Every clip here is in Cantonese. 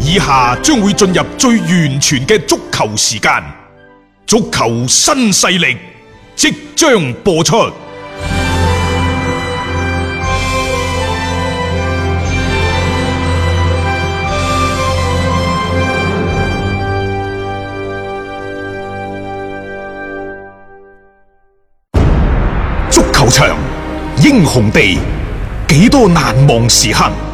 以下將會進入最完全嘅足球時間，足球新勢力即將播出。足球場，英雄地，幾多難忘時刻。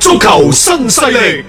足球新勢力。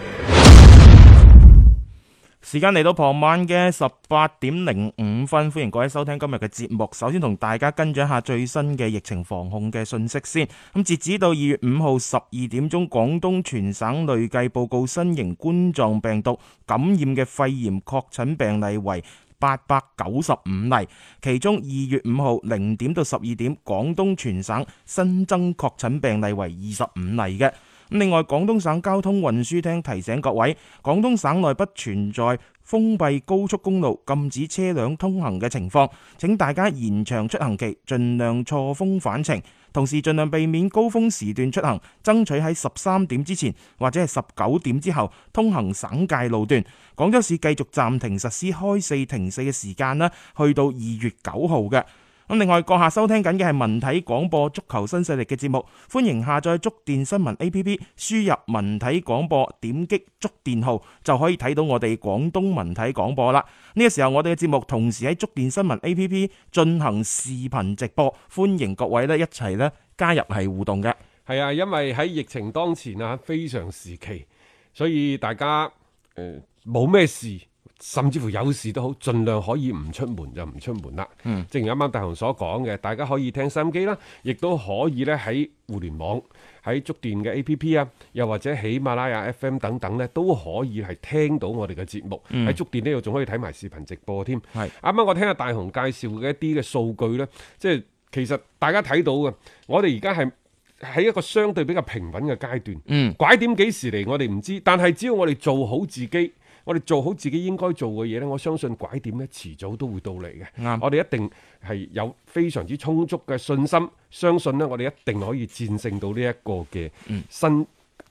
時間嚟到傍晚嘅十八點零五分，歡迎各位收聽今日嘅節目。首先同大家跟進一下最新嘅疫情防控嘅信息先。咁截止到二月五號十二點鐘，廣東全省累計報告新型冠狀病毒感染嘅肺炎確診病例為八百九十五例，其中二月五號零點到十二點，廣東全省新增確診病例為二十五例嘅。咁另外，廣東省交通運輸廳提醒各位，廣東省內不存在封閉高速公路禁止車輛通行嘅情況，請大家延長出行期，盡量錯峰返程，同時盡量避免高峰時段出行，爭取喺十三點之前或者係十九點之後通行省界路段。廣州市繼續暫停實施開四停四嘅時間啦，去到二月九號嘅。咁另外，閣下收聽緊嘅係文體廣播足球新勢力嘅節目，歡迎下載觸電新聞 A P P，輸入文體廣播，點擊觸電號就可以睇到我哋廣東文體廣播啦。呢個時候，我哋嘅節目同時喺觸電新聞 A P P 進行視頻直播，歡迎各位咧一齊咧加入係互動嘅。係啊，因為喺疫情當前啊，非常時期，所以大家誒冇咩事，甚至乎有事都好，盡量可以唔出門就唔出門啦。嗯，正如啱啱大雄所講嘅，大家可以聽收音機啦，亦都可以咧喺互聯網、喺觸電嘅 A P P 啊，又或者喜馬拉雅 F M 等等咧，都可以係聽到我哋嘅節目。喺觸電呢度仲可以睇埋視頻直播添。係啱啊啱我聽阿大雄介紹嘅一啲嘅數據呢，即係其實大家睇到嘅，我哋而家係喺一個相對比較平穩嘅階段。嗯，拐點幾時嚟我哋唔知，但係只要我哋做好自己，我哋做好自己應該做嘅嘢呢，我相信拐點呢遲早都會到嚟嘅。啱我哋一定係有非常之充足嘅信心，相信呢，我哋一定可以戰勝到呢一個嘅嗯新、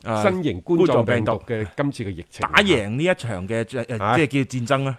誒新型冠狀病毒嘅今次嘅疫情。啊打贏呢一場嘅誒係誒即係叫戰爭啦。嗯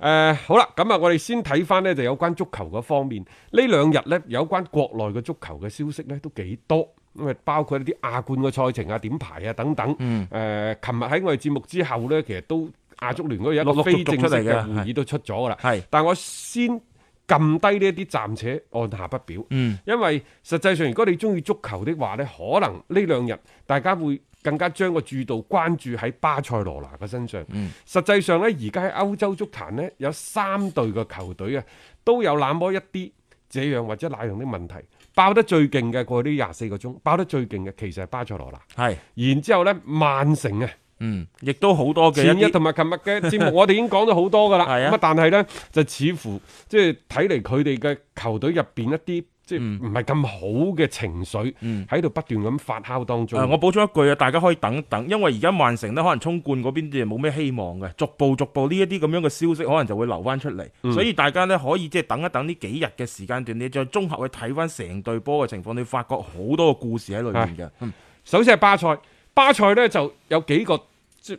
係啊，誒、好啦，咁啊，我哋先睇翻呢，就有關足球嗰方面，呢兩日呢，有關國內嘅足球嘅消息呢，都幾多，咁啊包括一啲亞冠嘅賽程啊、點排啊等等。誒、嗯琴日喺我哋節目之後呢，其實都亞足聯嗰度有一陸陸續個非續正式出嚟嘅嘅會議都出咗噶啦。係但我先撳低呢一啲，暫且按下不表。嗯，因為實際上如果你中意足球的話呢，可能呢兩日大家會更加將個注度關注喺巴塞羅那嘅身上。嗯實際上呢，而家喺歐洲足壇呢，有三隊嘅球隊啊，都有那麼一啲這樣或者那樣的問題。爆得最勁嘅過去呢廿四個鐘，爆得最勁嘅其實係巴塞羅那。係然之後呢，曼城啊，嗯，亦都好多嘅前一日啲同埋琴日嘅節目，我 哋已經講咗好多噶啦。係啊咁但係呢，就似乎即係睇嚟佢哋嘅球隊入邊一啲即嗯係唔係咁好嘅情緒喺度不斷咁發酵當中。誒、我補充一句嗯啊，大家可以等一等，因為而家曼城呢，可能衝冠嗰邊就冇咩希望嘅，逐步逐步呢一啲咁樣嘅消息，可能就會流翻出嚟，嗯所以大家呢，可以即係等一等呢幾日嘅時間段，你再綜合去睇翻成隊波嘅情況，你發覺好多個故事喺裏面嘅。嗯首先係巴塞，巴塞呢就有幾個即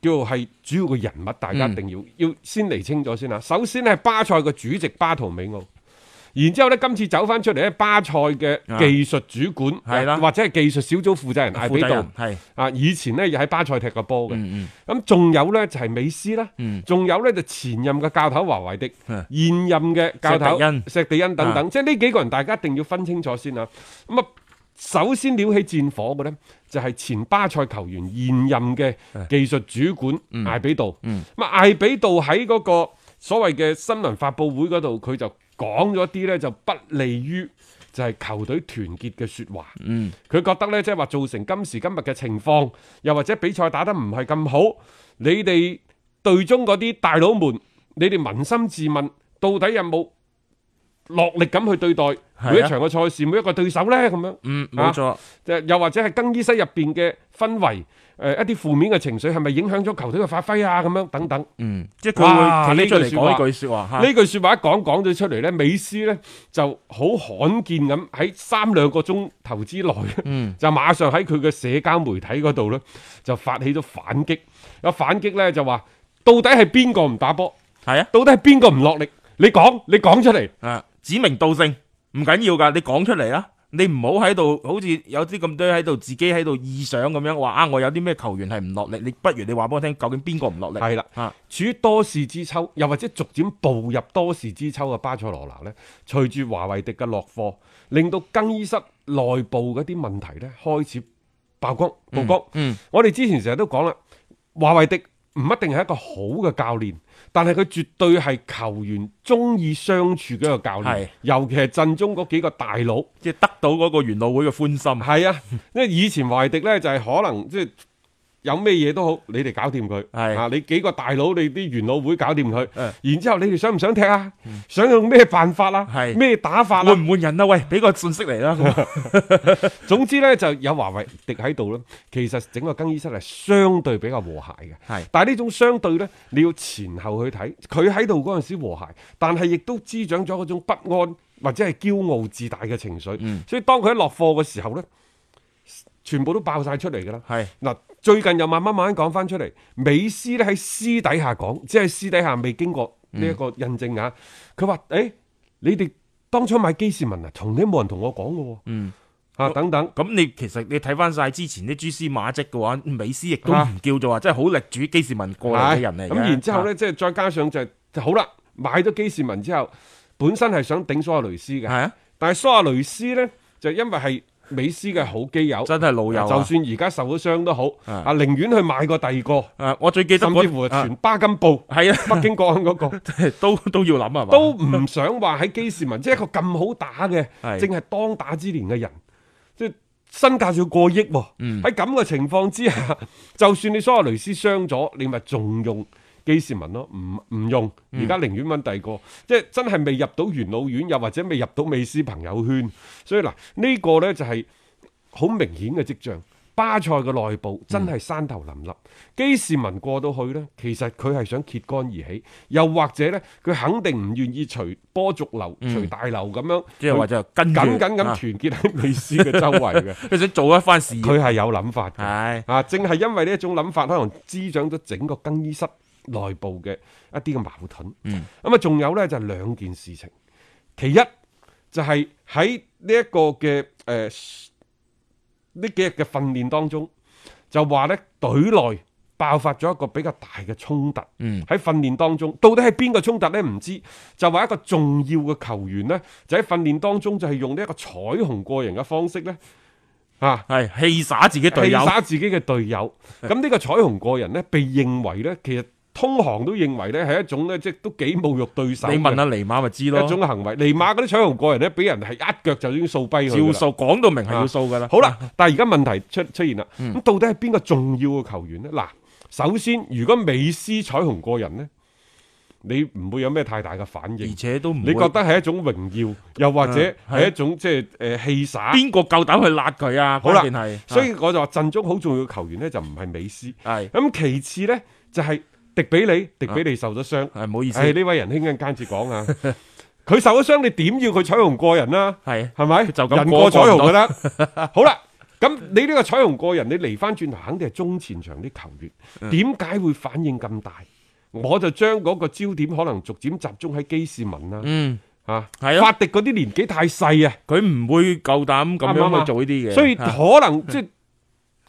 叫做係主要嘅人物，大嗯家一定要、要先釐清咗先啦。首先係巴塞嘅主席巴圖美奧，然之後呢，今次走翻出嚟咧，巴塞嘅技術主管啊係啦或者係技術小組負責人艾負比責道人。係啊，以前呢，又喺巴塞踢過波嘅，嗯咁仲、有呢，就係、美斯啦，仲、有呢，就前任嘅教頭華維迪，嗯現任嘅教頭石迪恩石地恩等等，即係呢幾個人大家一定要分清楚先啊。咁啊，首先撩起戰火嘅呢，就係、前巴塞球員現任嘅技術主管艾比道，咁啊、艾比道喺嗰個所謂嘅新聞發佈會嗰度，佢就講咗啲呢，就不利於。就係球隊團結嘅説話。嗯，佢覺得呢，即係話造成今時今日嘅情況，又或者比賽打得唔係咁好，你哋隊中嗰啲大佬們，你哋捫心自問，到底有冇落力咁去對待啊每一場嘅賽事、每一個對手呢？咁樣，嗯，冇啊錯。誒又或者係更衣室入邊嘅氛圍，誒、一啲負面嘅情緒係咪影響咗球隊嘅發揮啊？咁樣等等。嗯，即係哇佢會企出呢嚟句講説呢話句説話嚇。呢句説話一講講咗出嚟呢，美斯呢就好罕見咁喺三兩個鐘頭之內，嗯 就馬上喺佢嘅社交媒體嗰度呢，就發起咗反擊。有反擊呢，就話，到底係邊個唔打波？係啊，到底係邊個唔落力？你講，你講出嚟。啊指名道姓唔緊要㗎，你講出嚟啦。你唔好喺度好似有啲咁多喺度自己喺度臆想咁樣話啊！我有啲咩球員係唔落力，你不如你話俾我聽，究竟邊個唔落力？係啦啊，處於多事之秋，又或者逐漸步入多事之秋嘅巴塞羅那呢，隨住華為迪嘅落課，令到更衣室內部嗰啲問題呢開始曝光曝光。嗯我哋之前成日都講啦，華為迪唔一定係一個好嘅教練，但係佢絕對係球員中意相處嘅一個教練係，尤其係陣中嗰幾個大佬。即係得到嗰個元老會嘅歡心。係啊，因為以前華為迪呢，就係、可能即係有咩嘢都好，你哋搞掂佢。係啊，你幾個大佬，你啲元老會搞掂佢。嗯然之後你哋想唔想踢啊？想用咩辦法啊？係咩打法換啊？唔換人啊？喂，俾個信息嚟啦。咁總之呢，就有華為迪喺度啦。其實整個更衣室係相對比較和諧嘅。係但係呢種相對呢，你要前後去睇。佢喺度嗰陣時和諧，但係亦都滋長咗嗰種不安或者係驕傲自大嘅情緒。嗯所以當佢一落課嘅時候呢，全部都爆晒出嚟㗎啦。係嗱，最近又慢慢慢慢講翻出嚟，美斯咧喺私底下講，即係私底下未經過嗯呢一個印證啊。佢話：，誒、你哋當初買基士文啊，從來冇人同我講嘅喎。嗯，啊，等等，咁你其實你睇翻晒之前啲蛛絲馬跡嘅話，美斯亦都啊唔叫做話真係好力主基士文過嚟嘅人嚟嘅。咁然之後啊，咧，即係再加上就係好啦，買咗基士文之後，本身係想頂蘇亞雷斯嘅，係啊，但係蘇亞雷斯咧就因為係美斯嘅好基友，真係老友啊就算而家受咗傷都好，啊啊，寧願去買個第二個，誒，啊我最記得甚嗰至乎啊全巴金布，係啊北京國安嗰個。 都都要諗啊係嘛？都唔想話喺基士文，即係一個咁好打嘅，係正係當打之年嘅人，即係身價仲要過億喎。嗯喺咁嘅情況之下， 就算你蘇亞雷斯傷咗，你咪重用基士文咯，唔唔用，嗯而家寧願揾第二個，即係真係未入到元老院，又或者未入到美斯朋友圈，所以嗱呢、個呢就係、好明顯嘅跡象。巴塞嘅內部真嗯係山頭林立，基士文過到去呢，其實佢係想揭竿而起，又或者呢，佢肯定唔願意隨波逐流、隨大流咁樣，嗯即係話就跟住緊緊咁啊團結喺美斯嘅周圍 嘅，佢想做一番事業。佢係有諗法嘅。係啊，正係因為呢一種諗法，可能滋長咗整個更衣室內部嘅一啲嘅矛盾。嗯，咁啊，仲有呢，就係兩件事情，其一就係喺呢一個嘅誒呢幾日嘅訓練當中，就話呢隊內爆發咗一個比較大嘅衝突。嗯喺訓練當中，到底係邊個衝突呢？唔知就話一個重要嘅球員呢，就喺訓練當中就係用呢一個彩虹過人嘅方式呢。啊！係氣耍自己隊氣友，耍自己嘅隊友。咁呢個彩虹過人呢，被認為呢，其實通行都認為呢係一種呢，即係都幾侮辱對手嘅。你問下尼馬咪知咯一。種行為，尼馬嗰啲彩虹過人呢，俾人係一腳就已經掃跛佢㗎照啦。啊數講到明係要數㗎啦。好啦，但係而家問題出出現啦，嗯咁到底係邊個重要嘅球員呢？嗱，首先如果美斯彩虹過人呢，你唔會有咩太大嘅反而應。且都唔你會覺得係一種榮耀，又或者嗯係係一種即係誒戲耍？邊個夠膽去辣佢啊？好啦關鍵係，所以我就話陣中好重要嘅球員呢，就唔係美斯。係咁其次呢，就係、迪比利，迪比利受咗傷，係唔啊好意思，係呢位仁兄間接講啊， 佢受咗傷，你點要佢彩虹過人啦、係係咪？就咁人過過彩虹過唔噶啦。好啦，咁你呢個彩虹過人，你嚟翻轉頭肯定係中前場啲球嗯員，點解會反應咁大？我就將嗰個焦點可能逐漸集中喺基士文啦、嗯，啊，係啊法迪嗰啲年紀太細啊，佢唔會夠膽咁啱唔啱樣啊去做呢啲嘢。所以啊可能即係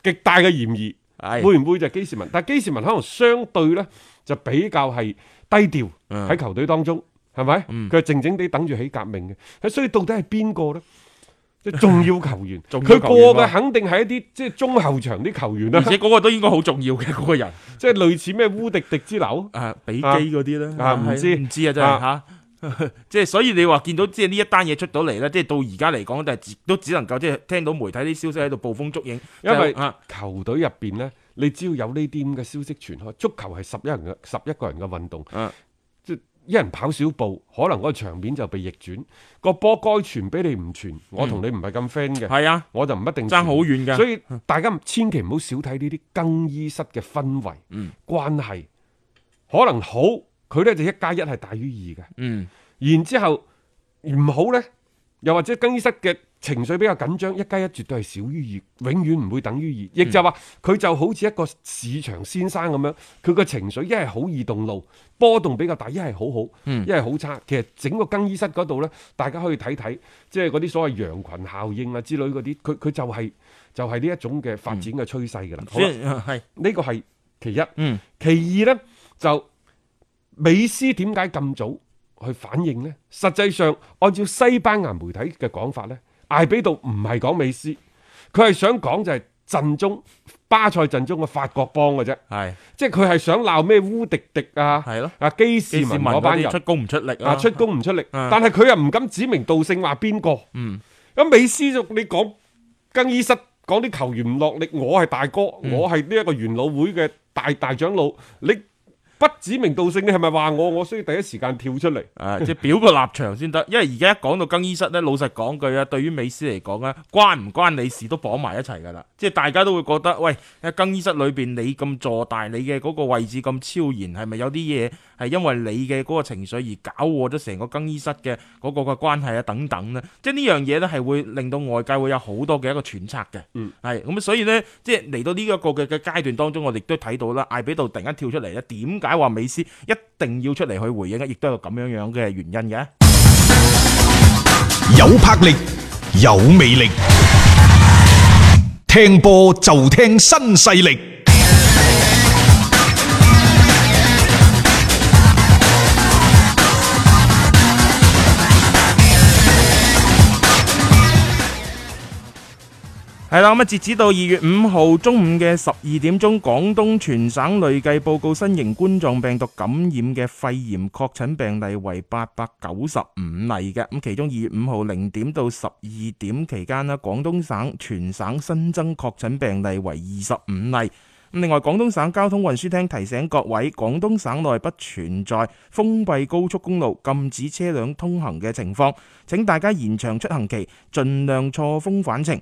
極大嘅嫌疑。係會唔會就係基士文？但係基士文可能相對呢，就比較係低調嗯喺球隊當中，係咪？佢係靜靜地等住起革命嘅，所以到底係邊個呢？即係重要球員， 重要佢球員過咯嘅肯定係一啲即係中後場啲球員啦而，且嗰個都應該好重要嘅 嗰個人，即係類似咩烏迪迪之流啊，比基嗰啲咧，啊唔知唔知啊真係啊嚇， 即係所以你話見到即係呢一單嘢出到嚟咧，即係到而家嚟講，但係只都只能夠即係聽到媒體啲消息喺度捕風捉影，因為就啊球隊入邊呢，你只要有呢啲咁嘅消息傳開，足球係十一人嘅十一個人嘅運動，啊即係一人跑小步，可能嗰個場面就被逆轉，個波該傳俾你唔傳，我同你唔係咁 friend 嘅，係啊，我就唔一定爭好傳遠㗎所以大家千祈唔好少睇呢啲更衣室嘅氛圍、嗯關係，可能好佢呢就一加一係大於二嘅，嗯，然之後唔好呢，又或者更衣室嘅情緒比較緊張，一加一絕對係少於二，永遠唔會等於二。亦就話佢就好似一個市場先生咁樣，佢個情緒一係好易動怒，波動比較大；一係好好，一係好差。其實整個更衣室嗰度呢，大家可以睇睇，即係嗰啲所謂羊群效應啊之類嗰啲，佢佢就係、就係呢一種嘅發展嘅趨勢㗎啦。好所以啦係呢個係其一。嗯其二呢，就美斯點解咁早去反應呢？實際上，按照西班牙媒體嘅講法呢，艾比度唔係講美斯，佢係想講就係陣中巴塞陣中嘅法國幫嘅啫，係即係佢係想鬧咩烏迪迪啊，係咯啊基士基文士文嗰班嗰人啲出工唔出力啊啊，出工唔出力，啊但係佢又唔敢指名道姓話邊個。嗯，咁美斯就你講更衣室講啲球員唔落力，我係大哥，我係呢一個元老會嘅大大長老，你不指名道姓，你係咪話我？我需要第一時間跳出嚟。啊，即係表個立場先得，因為而家一講到更衣室咧，老實講句啊，對於美斯嚟講咧，關唔關你事都綁埋一齊㗎啦，即係大家都會覺得，喂，喺更衣室裏邊你咁坐大，你嘅嗰個位置咁超然，係咪有啲嘢係因為你嘅嗰個情緒而搞禍咗成個更衣室嘅嗰個嘅關係啊等等咧，即係呢樣嘢咧係會令到外界會有好多嘅一個揣測嘅，嗯，係咁所以咧，即係嚟到呢一個嘅嘅階段當中，我哋都睇到啦，艾比度突然間跳出嚟咧，點解話美斯一定要出嚟去回應咧？啊亦都有咁樣樣嘅原因嘅。有魄力，有魅力，聽波就聽新勢力。係啦，咁啊，截止到二月五號中午嘅十二點鐘，廣東全省累計報告新型冠狀病毒感染嘅肺炎確診病例為八百九十五例嘅。咁其中二月五號零點到十二點期間啦，廣東省全省新增確診病例為二十五例。咁另外，廣東省交通運輸廳提醒各位，廣東省內不存在封閉高速公路禁止車輛通行嘅情況，請大家延長出行期，盡量錯峰返程。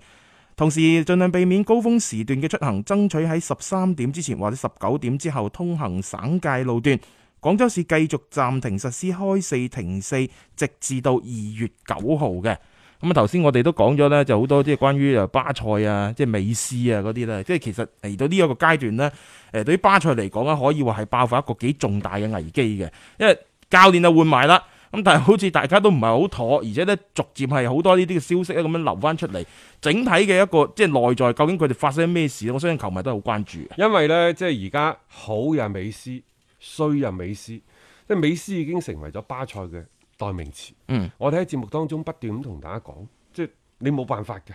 同時，盡量避免高峰時段嘅出行，爭取喺十三點之前或者十九點之後通行省界路段。廣州市繼續暫停實施開四停四，直至到二月九號嘅。咁啊，頭先我哋都講咗咧，就好多即係關於誒巴塞啊、即係美斯啊嗰啲咧，即係其實嚟到呢一個階段咧，誒對於巴塞嚟講咧，可以話係爆發一個幾重大嘅危機嘅，因為教練就換埋啦。咁但係好似大家都唔係好妥，而且咧逐漸係好多呢啲嘅消息咧咁樣流翻出嚟，整體嘅一個即係內在究竟佢哋發生咩事，我相信球迷都係好關注嘅。因為呢，即係而家好又美斯，衰又美斯，即係美斯已經成為咗巴塞嘅代名詞。嗯，我哋喺節目當中不斷咁同大家講，即係你冇辦法嘅，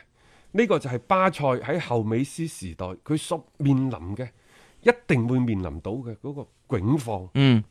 呢、個就係巴塞喺後美斯時代佢所面臨嘅，一定會面臨到嘅嗰個境況，嗯，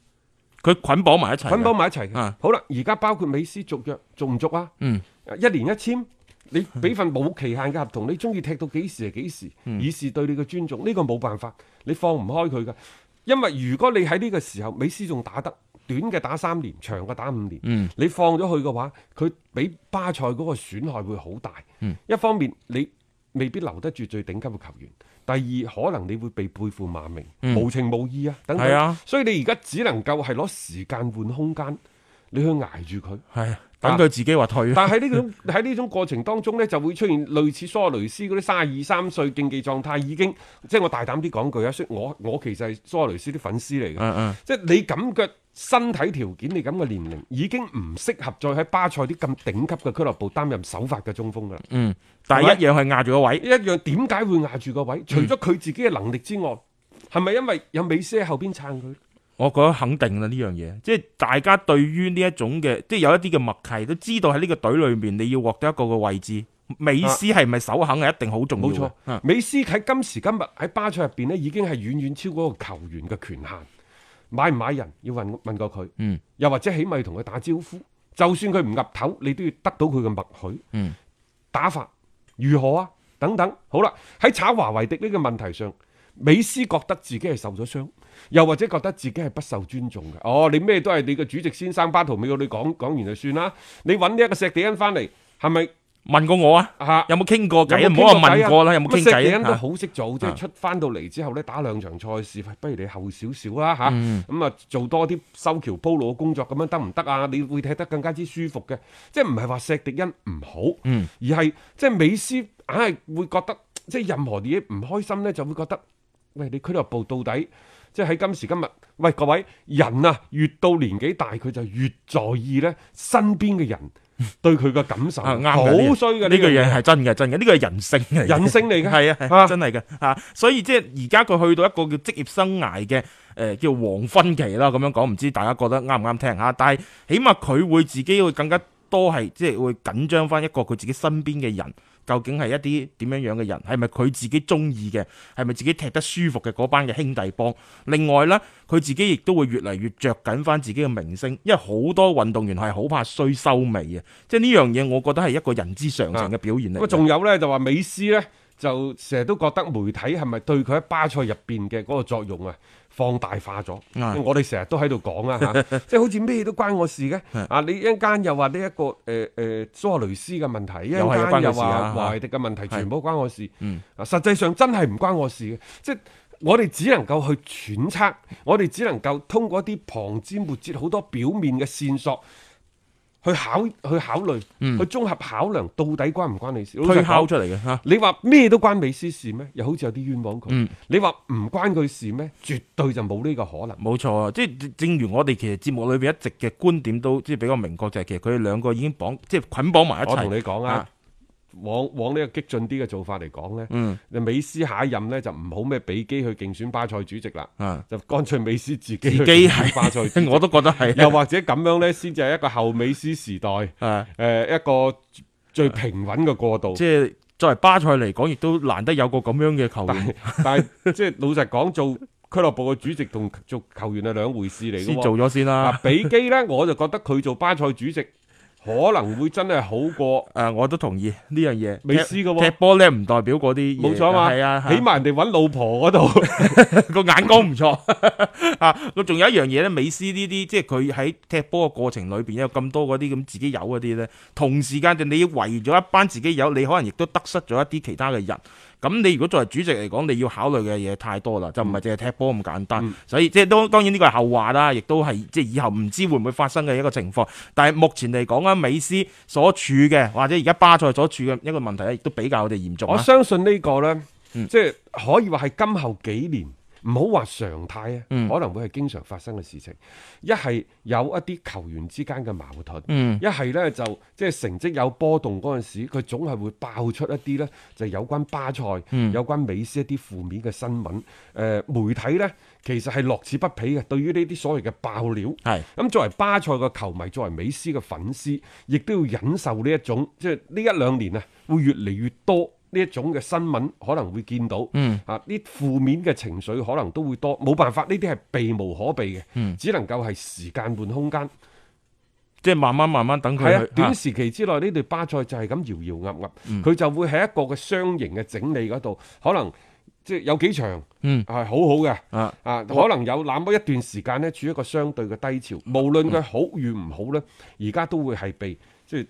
佢捆綁埋一齊嘅，捆綁埋一齊嘅。啊好啦，而家包括美斯續約續唔續啊？嗯，一年一簽。你俾份冇期限嘅合同，你中意踢到幾時係幾時，嗯以示對你嘅尊重。呢、個冇辦法，你放唔開佢噶。因為如果你喺呢個時候，美斯仲打得短嘅打三年，長嘅打五年，嗯你放咗佢嘅話，佢俾巴塞嗰個損害會好大。嗯一方面你未必留得住最頂級嘅球員，第二可能你會被背負罵名，無情無義啊等等。嗯係啊所以你而家只能夠係攞時間換空間，你去捱住佢。係等佢自己話 退。啊但係呢種喺呢種過程當中呢，就會出現類似蘇亞雷斯嗰啲三十二三歲競技狀態已經，即係我大膽啲講句啊，雖然我我其實係蘇亞雷斯啲粉絲嚟嘅，嗯嗯即係你咁嘅身體條件，你咁嘅年齡已經唔適合再喺巴塞啲咁頂級嘅俱樂部擔任首發嘅中鋒㗎啦。嗯，但係一樣係壓住個位。一樣點解會壓住個位？除咗佢自己嘅能力之外，係咪因為有美斯喺後邊撐佢？我覺得肯定啦呢樣嘢，即係大家對於呢一種嘅，即係有一啲嘅默契，都知道喺呢個隊裏面你要獲得一個嘅位置，美斯係咪首肯係一定好重要冇嘅。啊錯，美斯喺今時今日喺巴塞入邊咧，已經係遠遠超過個球員嘅權限。買唔買人要問問過佢，嗯又或者起碼要同佢打招呼，就算佢唔岌頭，你都要得到佢嘅默許，嗯打法如何啊？等等，好啦，喺炒華為迪呢個問題上，美斯覺得自己係受咗傷，又或者覺得自己係不受尊重嘅。哦，你咩都係你嘅主席先生巴圖美奧，你講講完就算啦。你揾呢一個石地恩翻嚟，係咪問過我啊，啊？有冇傾過偈有啊？冇唔好傾過話偈問啊過啦，有冇傾乜石地偈恩都啊？好識做，即啊係出翻到嚟之後咧，打兩場賽事，喂不如你後少少啦吓，嗯咁啊做多啲修橋鋪路嘅工作，咁樣得唔得啊？你會踢得更加之舒服嘅，即係唔係話石迪恩唔好，嗯而係即係美斯硬係會覺得，即係任何嘢唔開心咧，就會覺得，喂你俱樂部到底？即係喺今時今日，喂各位人啊，越到年紀大，佢就越在意咧身邊嘅人對佢嘅感受，啊啱嘅好呢個衰嘅呢個個嘢係真嘅，真嘅，呢個係人性嚟嘅，人性嚟嘅係啊係啊，啊真係嘅嚇。所以即係而家佢去到一個叫職業生涯嘅誒、呃叫黃昏期啦，咁樣講，唔知大家覺得啱唔啱聽嚇？但係起碼佢會自己會更加多係即係會緊張翻一個佢自己身邊嘅人。究竟係一啲點樣樣嘅人，係咪佢自己中意嘅，係咪自己踢得舒服嘅嗰班嘅兄弟幫？另外呢，佢自己亦都會越嚟越着緊翻自己嘅明星，因為好多運動員係好怕衰收尾嘅，即係呢樣嘢，我覺得係一個人之常情嘅表現嚟咁啊嘅。仲有呢，就話美斯呢，就成日都覺得媒體係咪對佢喺巴塞入邊嘅嗰個作用啊放大化咗？啊我哋成日都喺度講 啊，嚇即係好似咩都關我事嘅。啊，你一陣間又話呢一個誒誒蘇亞雷斯嘅問題，一又係陣關佢間又事啊話嚇嗯華迪嘅問題，全部都關我事。啊，實際上真係唔關我事嘅，即係。我哋只能夠去揣測，我哋只能夠通過一啲旁枝末節好多表面嘅線索去考去考慮，嗯去綜合考量到底關唔關你事？老實推講敲出嚟嘅嚇。你話咩都關美斯事咩？又好似有啲冤枉佢。嗯你話唔關佢事咩？絕對就冇呢個可能。冇錯啊！即係正如我哋其實節目裏邊一直嘅觀點都即係比較明確，就係、其實佢哋兩個已經綁即係捆綁埋一齊。我同你講啊啊，往往呢個激進啲嘅做法嚟講呢，嗯你美斯下一任呢，就唔好咩比基去競選巴塞主席啦，啊，就乾脆美斯自己自去己競選巴塞主係席， 我都覺得係又或者咁樣呢，先至係一個後美斯時代誒、啊，一個最平穩嘅過渡。即係作為巴塞嚟講，亦都難得有個咁樣嘅球但員係但係即係老實講，做俱樂部嘅主席同做球員係兩回事嚟嘅先喎。做咗先啊啦。，比基 呢，我就覺得佢做巴塞主席可能會真係好過誒、啊我都同意呢樣嘢。美斯嘅喎踢踢波咧唔代表嗰啲嘢冇錯嘛，係啊，起碼人哋揾老婆嗰度個眼光唔錯 啊！咁仲有一樣嘢咧，美斯呢啲即係佢喺踢波嘅過程裏邊有咁多嗰啲咁自己有嗰啲咧，同時間就你圍咗一班自己有，你可能亦都得失咗一啲其他嘅人。咁你如果作為主席嚟講，你要考慮嘅嘢太多啦，就唔係嗯淨係踢波咁簡單。所以即係當當然呢個係後話啦，亦都係即係以後唔知會唔會發生嘅一個情況。但係目前嚟講啊，美斯所處嘅或者而家巴塞所處嘅一個問題咧，亦都比較我哋嚴重我啊。嗯相信呢個呢，即係可以話係今後幾年，唔好話常態啊，嗯可能會係經常發生嘅事情。一係有一啲球員之間嘅矛盾，嗯一係呢就即係成績有波動嗰陣時，佢總係會爆出一啲呢，就有關巴塞、嗯有關美斯一啲負面嘅新聞。誒、媒體呢其實係樂此不疲嘅，對於呢啲所謂嘅爆料。係咁作為巴塞嘅球迷，作為美斯嘅粉絲，亦都要忍受呢一種，即係呢一兩年啊，會越嚟越多呢一種嘅新聞可能會見到，嗯、啊，呢負面嘅情緒可能都會多，冇辦法，呢啲係避無可避嘅，只能夠係時間換空間。即係慢慢慢慢等佢係啊去，嗯短時期之內呢隊巴塞就係咁搖搖噏噏，佢、就會喺一個嘅雙型嘅整理嗰度，可能即係有幾場嗯係好好嘅，啊啊可能有那麼一段時間呢，處於一個相對嘅低潮，嗯無論佢好與唔好呢，而家都會係被即係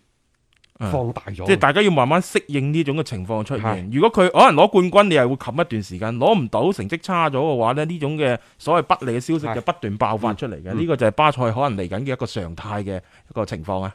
放大嗯咗。即係大家要慢慢適應呢種嘅情況出現係。如果佢可能攞冠軍，你係會冚一段時間；攞唔到成績差咗嘅話咧，呢種嘅所謂不利嘅消息係就不斷爆發出嚟嘅。呢、個就係巴塞可能嚟緊嘅一個常態嘅一個情況啊。